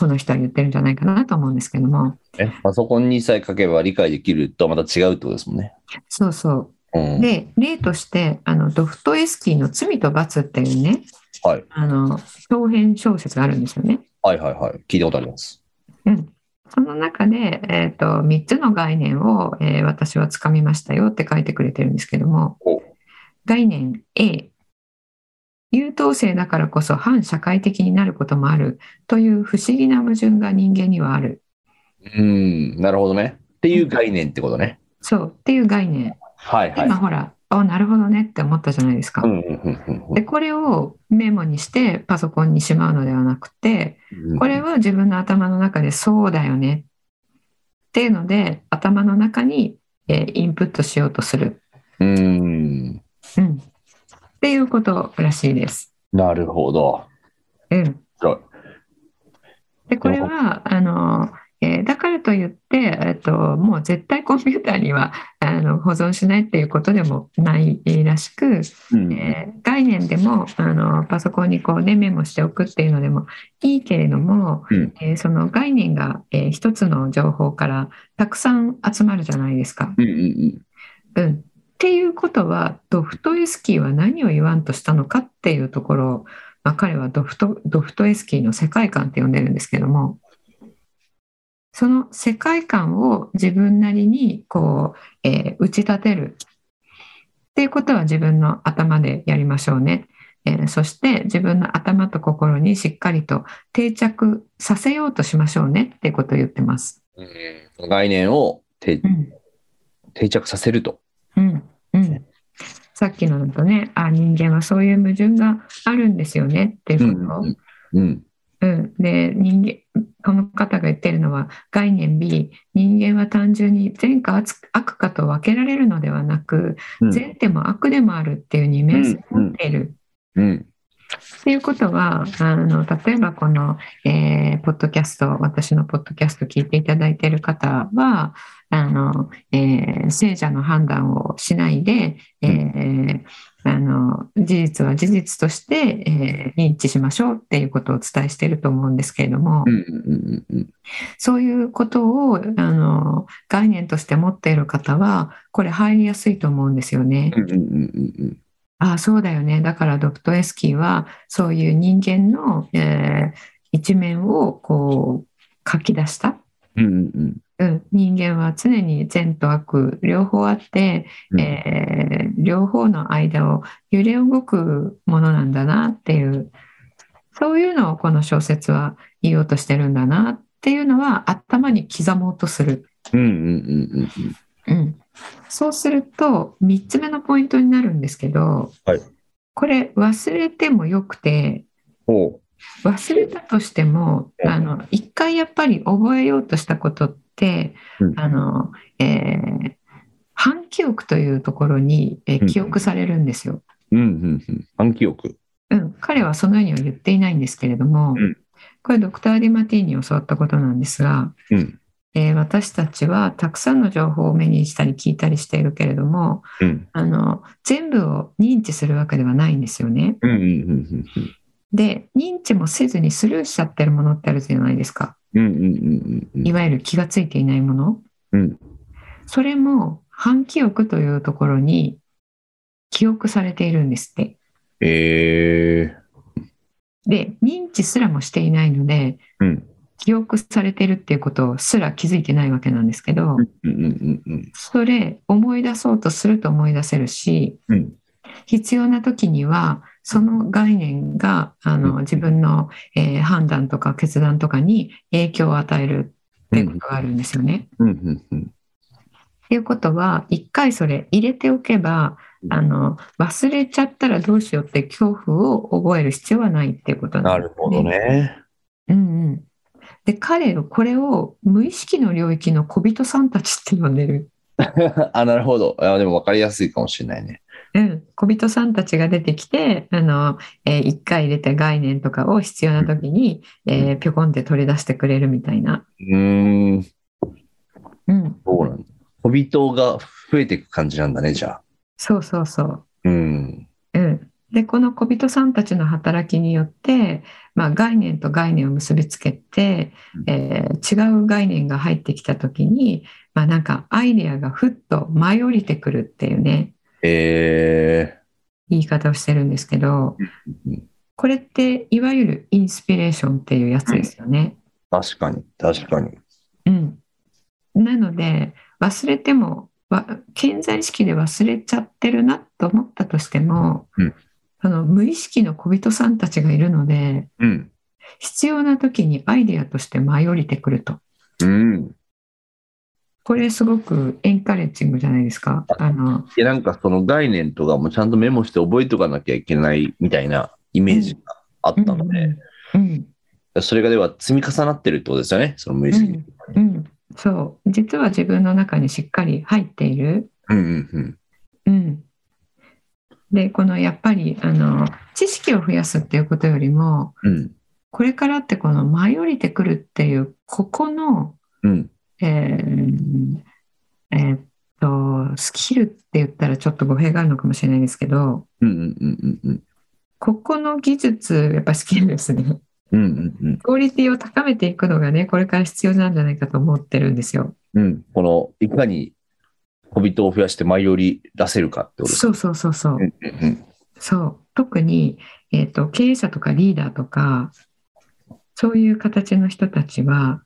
Speaker 2: この人は言ってるんじゃないかなと思うんですけども
Speaker 3: え、パソコンにさえ書けば理解できるとはまた違うってことですもんね。
Speaker 2: そうそう
Speaker 3: うん、
Speaker 2: で例としてあのドフトエスキーの「罪と罰」っていうね
Speaker 3: はい。
Speaker 2: あの長編小説があるんですよね。
Speaker 3: はいはいはい。聞いたことあります。
Speaker 2: うん、その中で、えー、と3つの概念を、えー私はつかみましたよって書いてくれてるんですけども
Speaker 3: お
Speaker 2: 概念 A 優等生だからこそ反社会的になることもあるという不思議な矛盾が人間にはある
Speaker 3: うん、なるほどね。っていう概念ってことね。
Speaker 2: そうっていう概念
Speaker 3: はいはい
Speaker 2: 今。ほら、あなるほどねって思ったじゃないですか。
Speaker 3: うんうんうんうんう
Speaker 2: でこれをメモにしてパソコンにしまうのではなくて
Speaker 3: んうん
Speaker 2: これは自分の頭の中でそうだよねっていうので頭の中に、えーインプットしようとする、
Speaker 3: うん。
Speaker 2: うん、っていうことらしいです。
Speaker 3: なるほど。
Speaker 2: うん、
Speaker 3: 面
Speaker 2: でこれはあの、えーだからといって、えっともう絶対コンピューターにはあの保存しないっていうことでもないらしく、
Speaker 3: 白い。うん
Speaker 2: えー概念でもあのパソコンにこう、ね、メモしておくっていうのでもいいけれども、
Speaker 3: うん
Speaker 2: えーその概念が、えー一つの情報からたくさん集まるじゃないですか。
Speaker 3: うんうん
Speaker 2: うん、っていうことはドフトエスキーは何を言わんとしたのかっていうところを、まあ、彼はドフトドフトエスキーの世界観って呼んでるんですけどもその世界観を自分なりにこう、えー打ち立てるっていうことは自分の頭でやりましょうね。えーそして自分の頭と心にしっかりと定着させようとしましょうねっていうことを言ってます。
Speaker 3: うんうん。概念を定
Speaker 2: うん
Speaker 3: 定着させると。
Speaker 2: うんうん、さっきのだとねあ人間はそういう矛盾があるんですよねっていうこと、うん
Speaker 3: うん。
Speaker 2: で人間この方が言ってるのは概念 B 人間は単純に善か悪悪かと分けられるのではなく、
Speaker 3: うん
Speaker 2: 善でも悪でもあるっていう二面性を持っている。
Speaker 3: うん。
Speaker 2: っていうことはあの例えばこの、えーポッドキャスト私のポッドキャスト聞いていただいている方はあの、えー聖者の判断をしないで、えーあの事実は事実として、えー認知しましょうっていうことをお伝えしていると思うんですけれども、
Speaker 3: うんうんうんうん。
Speaker 2: そういうことをあの概念として持っている方はこれ入りやすいと思うんですよね。
Speaker 3: うんうんうんうんうん。
Speaker 2: ああそうだよねだからドクトエスキーはそういう人間の、えー一面をこう書き出した、
Speaker 3: うんうん
Speaker 2: うん、人間は常に善と悪両方あって、
Speaker 3: うん。
Speaker 2: えー両方の間を揺れ動くものなんだなっていうそういうのをこの小説は言おうとしてるんだなっていうのは頭に刻もうとする。
Speaker 3: うんうんうんうんうん。
Speaker 2: うん、そうすると3つ目のポイントになるんですけど、
Speaker 3: はい
Speaker 2: これ忘れてもよくて
Speaker 3: ほう。
Speaker 2: 忘れたとしても
Speaker 3: うん
Speaker 2: あの一回やっぱり覚えようとしたことって、
Speaker 3: うん
Speaker 2: あのえー反記憶というところに、えー
Speaker 3: うん
Speaker 2: 記憶されるんですよ、
Speaker 3: うんうんうん。暗記憶。
Speaker 2: うん。彼はそのようには言っていないんですけれども、
Speaker 3: うん
Speaker 2: これドクター・ディマティーに教わったことなんですが、
Speaker 3: うん。
Speaker 2: えー私たちはたくさんの情報を目にしたり聞いたりしているけれども
Speaker 3: うん。
Speaker 2: あの全部を認知するわけではないんですよね。
Speaker 3: うん。うん。
Speaker 2: で認知もせずにスルーしちゃってるものってあるじゃないですか
Speaker 3: うん。うん。うん。うん。
Speaker 2: いわゆる気がついていないもの、
Speaker 3: うん
Speaker 2: それも反記憶というところに記憶されているんですって。
Speaker 3: ええ。
Speaker 2: で認知すらもしていないので
Speaker 3: うん。
Speaker 2: 記憶されてるっていうことすら気づいてないわけなんですけど、
Speaker 3: うん。うん。うん。
Speaker 2: それ思い出そうとすると思い出せるし
Speaker 3: うん。
Speaker 2: 必要な時にはその概念があ
Speaker 3: うん
Speaker 2: の自分の、えー判断とか決断とかに影響を与えるってことがあるんですよね。
Speaker 3: うん。うん。うん。
Speaker 2: っていうことは一回それ入れておけば
Speaker 3: うん
Speaker 2: あの忘れちゃったらどうしようって恐怖を覚える必要はないっていうこと
Speaker 3: なん
Speaker 2: で
Speaker 3: る
Speaker 2: す
Speaker 3: ほど。ね。
Speaker 2: うんうん、で彼はこれを無意識の領域の小人さんたちって呼んでる、
Speaker 3: あ、なるほど。あでも分かりやすいかもしれないね。
Speaker 2: うん、小人さんたちが出てきてあの、えー一回入れた概念とかを必要な時に、えーピョコンって取り出してくれるみたいな。
Speaker 3: うーん。
Speaker 2: うん、
Speaker 3: そうなんだ。小人が増えていく感じなんだね、じゃあ。
Speaker 2: そうそうそう
Speaker 3: うん。
Speaker 2: うん、でこの小人さんたちの働きによって、まあ、概念と概念を結びつけて、えー違う概念が入ってきた時に、まあ、なんかアイデアがふっと舞い降りてくるっていうね
Speaker 3: ええ。
Speaker 2: 言い方をしてるんですけど
Speaker 3: うん
Speaker 2: これっていわゆるインスピレーションっていうやつですよね。
Speaker 3: 確かに、確かに。
Speaker 2: うん、なので忘れてもわ健在意識で忘れちゃってるなと思ったとしても、
Speaker 3: うん
Speaker 2: その無意識の小人さんたちがいるので。
Speaker 3: うん。
Speaker 2: 必要な時にアイデアとして舞い降りてくると。
Speaker 3: うん。
Speaker 2: これすごくエンカレッジングじゃないですか。あの、
Speaker 3: いや、なんかその概念とかもちゃんとメモして覚えておかなきゃいけないみたいなイメージがあったので、
Speaker 2: うん、
Speaker 3: それがでは積み重なってるってことですよね、その無意
Speaker 2: う
Speaker 3: 識に
Speaker 2: ん、うん、そう。実は自分の中にしっかり入っている。
Speaker 3: うんうんうん。
Speaker 2: うん。で、このやっぱり、あの、知識を増やすっていうことよりも、
Speaker 3: うん。
Speaker 2: これからってこの舞い降りてくるっていう、ここの、
Speaker 3: うん。
Speaker 2: えーえーっと、スキルって言ったらちょっと語弊があるのかもしれないですけど、
Speaker 3: うんうんうんうん。
Speaker 2: ここの技術、やっぱ好きですね。
Speaker 3: うんうん
Speaker 2: クオリティを高めていくのがね、これから必要なんじゃないかと思ってるんですよ。
Speaker 3: うん。うん。この、いかに小人を増やして舞い降り出せるかってことです
Speaker 2: そうそうそうそう。
Speaker 3: ね。うんうん
Speaker 2: そう。特に、えっ、と、経営者とかリーダーとか、そういう形の人たちは、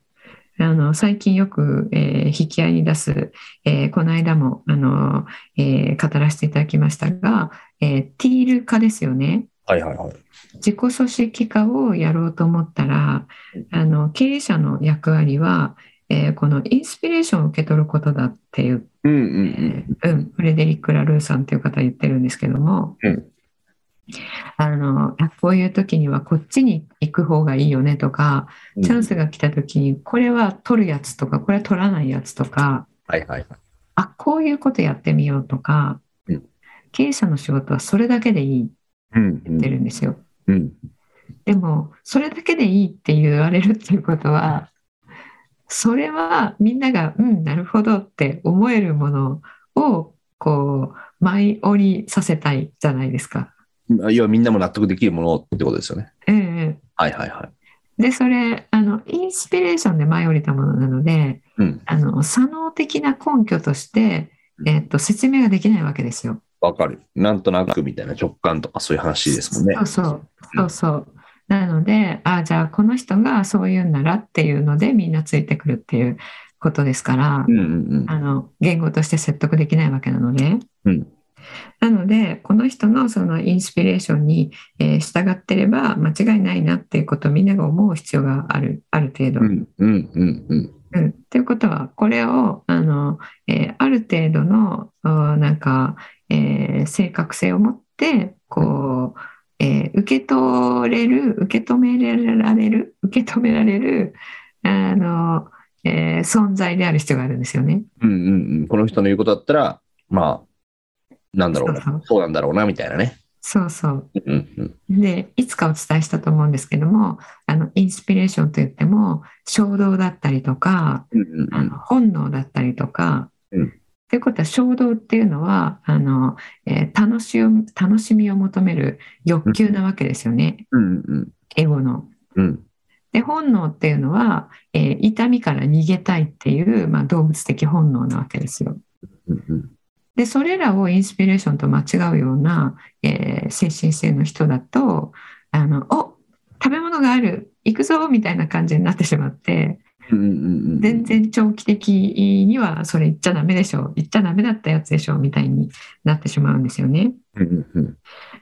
Speaker 2: あの最近よく、えー引き合いに出す、えーこの間もあの、えー語らせていただきましたが、えーティール化ですよね。
Speaker 3: はいはいはい。
Speaker 2: 自己組織化をやろうと思ったらあの経営者の役割は、えーこのインスピレーションを受け取ることだっていう、
Speaker 3: うんうん
Speaker 2: えーうん、フレデリック・ラ・ルーさんという方が言ってるんですけども、
Speaker 3: うん
Speaker 2: あのあこういう時にはこっちに行く方がいいよねとか
Speaker 3: うん。
Speaker 2: チャンスが来た時にこれは取るやつとかこれは取らないやつとか
Speaker 3: はいはい。
Speaker 2: あこういうことやってみようとか、
Speaker 3: うん
Speaker 2: 経営者の仕事はそれだけでいいって
Speaker 3: うんう
Speaker 2: 言って
Speaker 3: ん
Speaker 2: るんですよ。
Speaker 3: うん。
Speaker 2: でもそれだけでいいって言われるっていうことはそれはみんながうんなるほどって思えるものをこう舞い降りさせたいじゃないですか。
Speaker 3: うん。要はみんなも納得できるものってことですよね。
Speaker 2: ええ
Speaker 3: はいはいはい。
Speaker 2: でそれあのインスピレーションで舞い降りたものなので
Speaker 3: うん。
Speaker 2: あの左脳的な根拠として、えっと説明ができないわけですよ。
Speaker 3: わかる。なんとなくみたいな直感とかそういう話ですもんね
Speaker 2: そう。そうそうそう。なのであじゃあこの人がそう言うんならっていうのでみんなついてくるっていうことですから
Speaker 3: う。んうん
Speaker 2: あの言語として説得できないわけなので、
Speaker 3: うん
Speaker 2: なのでこの人のそのインスピレーションに、えー従ってれば間違いないなっていうことをみんなが思う必要があるある程度。
Speaker 3: うん。うんうんうんうん。
Speaker 2: うんということはこれをあの、えーある程度のあーなんか、えー正確性を持ってこう、えー受け取れる受け止められる受け止められるあの、えー存在である必要があるんですよね。
Speaker 3: うんうんうん。この人の言うことだったら、まあ、なんだろうな
Speaker 2: そうそう
Speaker 3: そうなんだろうな、みたいなね。
Speaker 2: そうそう。
Speaker 3: うんうん
Speaker 2: で、いつかお伝えしたと思うんですけども、あの、インスピレーションといっても、衝動だったりとか、
Speaker 3: うんう
Speaker 2: あ
Speaker 3: ん
Speaker 2: の本能だったりとか、
Speaker 3: うん
Speaker 2: っていうことは衝動っていうのはあの、えー楽しみ楽しみを求める欲求なわけですよね、
Speaker 3: うんうん
Speaker 2: エゴの。
Speaker 3: うん
Speaker 2: で本能っていうのは、えー痛みから逃げたいっていう、まあ、動物的本能なわけですよ。
Speaker 3: うんうん
Speaker 2: でそれらをインスピレーションと間違うような、えー精神性の人だとあのお食べ物がある行くぞみたいな感じになってしまって
Speaker 3: うんうんうん
Speaker 2: 全然長期的にはそれ言っちゃダメでしょ言っちゃダメだったやつでしょみたいになってしまうんですよね。
Speaker 3: うんうん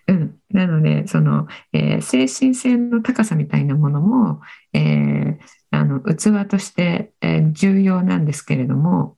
Speaker 2: うん、なのでその、えー精神性の高さみたいなものも、えーあの器として、えー重要なんですけれども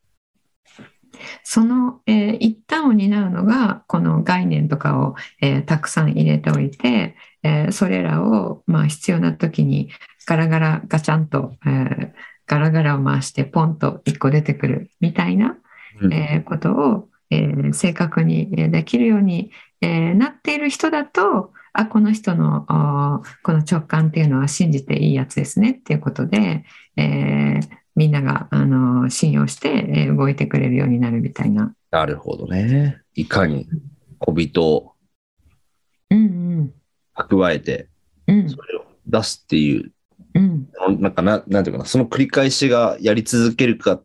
Speaker 2: その、えー一端を担うのがこの概念とかを、えーたくさん入れておいて、えーそれらを、まあ、必要な時にガラガラガチャンと、えーガラガラを回してポンと一個出てくるみたいな
Speaker 3: うん
Speaker 2: えーことを、えー正確にえーできるように、えーなっている人だとあこの人のあーこの直感っていうのは信じていいやつですねっていうことで、えーみんなが、あのー信用して、えー動いてくれるようになるみたいな。
Speaker 3: なるほどね。いかに小人を
Speaker 2: うん
Speaker 3: 蓄えて、
Speaker 2: うんうん
Speaker 3: それを出すっていう、
Speaker 2: うん
Speaker 3: なんかな、なんていうかな、その繰り返しがやり続けるかっ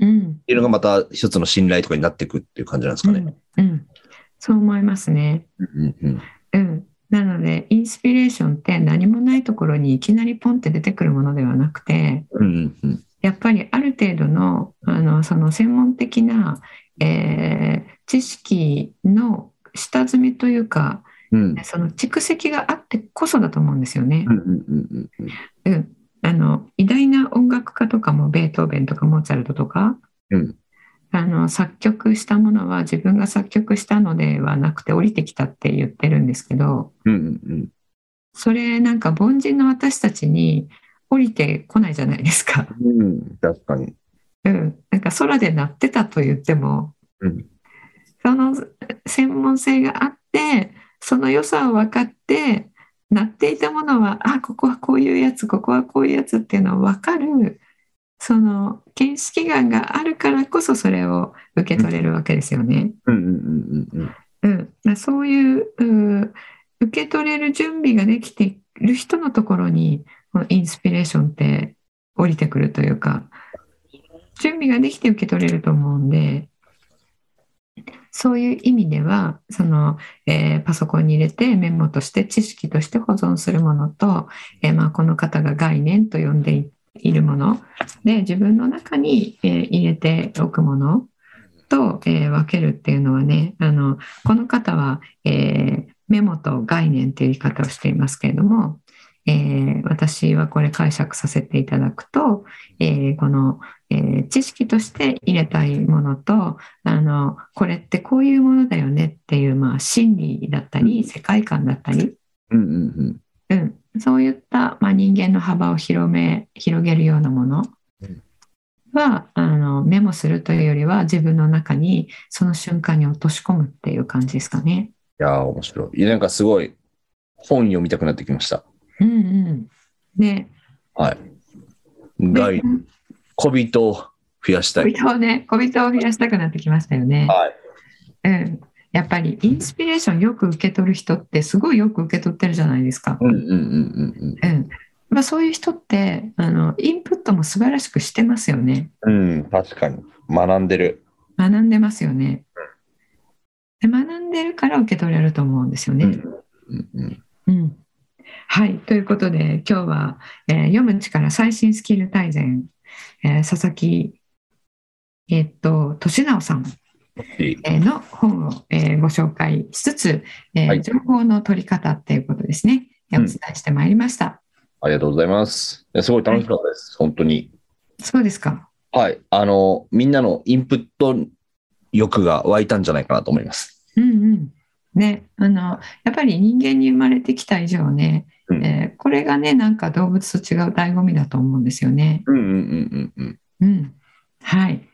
Speaker 2: うん
Speaker 3: ていうのがまた一つの信頼とかになっていくっていう感じなんです
Speaker 2: う
Speaker 3: かね。
Speaker 2: んうんそう思いますね。
Speaker 3: うんう
Speaker 2: う
Speaker 3: ん
Speaker 2: ん、なのでインスピレーションって何もないところにいきなりポンって出てくるものではなくて、
Speaker 3: うんうん
Speaker 2: やっぱりある程度のあのその専門的な、えー知識の下積みというか
Speaker 3: うん
Speaker 2: その蓄積があってこそだと思うんですよね。
Speaker 3: うんうんうんう
Speaker 2: う
Speaker 3: ん
Speaker 2: ん、あの偉大な音楽家とかもベートーベンとかモーツァルトとか、
Speaker 3: うん
Speaker 2: あの作曲したものは自分が作曲したのではなくて降りてきたって言ってるんですけど
Speaker 3: うんうん
Speaker 2: それなんか凡人の私たちに降りてこないじゃないですか。
Speaker 3: うんうん確かに。
Speaker 2: うん、なんか空で鳴ってたと言っても、
Speaker 3: うん
Speaker 2: その専門性があってその良さを分かって鳴っていたものはあここはこういうやつここはこういうやつっていうのを分かるその見識眼があるからこそそれを受け取れるわけですよね。
Speaker 3: うんうんうんうん
Speaker 2: う
Speaker 3: うん
Speaker 2: ん、まあそういううん受け取れる準備ができている人のところにこのインスピレーションって降りてくるというか準備ができて受け取れると思うんでそういう意味ではその、えーパソコンに入れてメモとして知識として保存するものと、えーまあ、この方が概念と呼んでいいるもので自分の中に、えー入れておくものと、えー分けるっていうのはねあのこの方は、えーメモと概念っていう言い方をしていますけれども、えー私はこれ解釈させていただくと、えーこの、えー知識として入れたいものとあのこれってこういうものだよねっていう、まあ、心理だったり世界観だったり、
Speaker 3: うんうん
Speaker 2: うん、そういった、まあ、人間の幅を広め広げるようなもの
Speaker 3: うん
Speaker 2: はあのメモするというよりは自分の中にその瞬間に落とし込むっていう感じですかね。
Speaker 3: いやー、面白い。いやなんかすごい本読みたくなってきました。
Speaker 2: うんうん。ね、
Speaker 3: はい。外
Speaker 2: で
Speaker 3: 小人を増やした
Speaker 2: 小
Speaker 3: い。
Speaker 2: 人をね、小人を増やしたくなってきましたよね。
Speaker 3: はい。
Speaker 2: うん。やっぱりインスピレーションよく受け取る人ってすごいよく受け取ってるじゃないですか。
Speaker 3: うんうんうんうん
Speaker 2: うん。まあそういう人ってあのインプットも素晴らしくしてますよね。
Speaker 3: うん。うん、確かに。学んでる。
Speaker 2: 学んでますよね。で学んでるから受け取れると思うんですよね。
Speaker 3: うんうん
Speaker 2: うん、はいということで今日は、えー読む力最新スキル大全」えー佐々木えーっと俊直さん
Speaker 3: いい
Speaker 2: えーの本を、えーご紹介しつつ、えー
Speaker 3: はい
Speaker 2: 情報の取り方っていうことですね、えー
Speaker 3: うん
Speaker 2: お伝えしてまいりました。
Speaker 3: ありがとうございます。いやすごい楽しかったです。本当に。
Speaker 2: そうですか
Speaker 3: はい。あの、みんなのインプット欲が湧いたんじゃないかなと思います。
Speaker 2: うんうんね、あのやっぱり人間に生まれてきた以上ね、
Speaker 3: うん
Speaker 2: えーこれがねなんか動物と違う醍醐味だと思うんですよね。
Speaker 3: うんうんうんうんうん。
Speaker 2: うん、はい。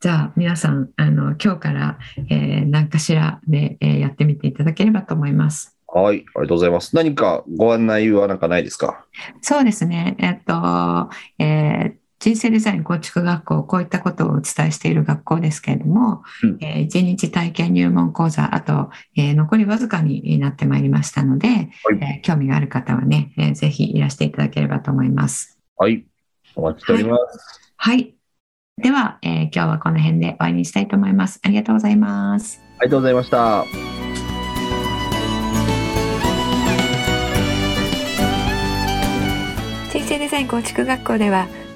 Speaker 4: じゃあ皆さんあの今日から、えー何かしらで、えーやってみていただければと思います。
Speaker 3: はい、ありがとうございます。何かご案内はなんかないですか
Speaker 4: そうですね。えっと、えー人生デザイン構築学校、こういったことをお伝えしている学校ですけれども、
Speaker 3: うん
Speaker 4: え1日体験入門講座、あと、えー残りわずかになってまいりましたので、えー興味がある方はね、えーぜひいらしていただければと思います。
Speaker 3: はい、お待ちしております。
Speaker 4: はい。では、えー今日はこの辺で終わりにしたいと思います。ありがとうございます。
Speaker 3: ありがとうございました。
Speaker 2: 人生デザイン構築学校では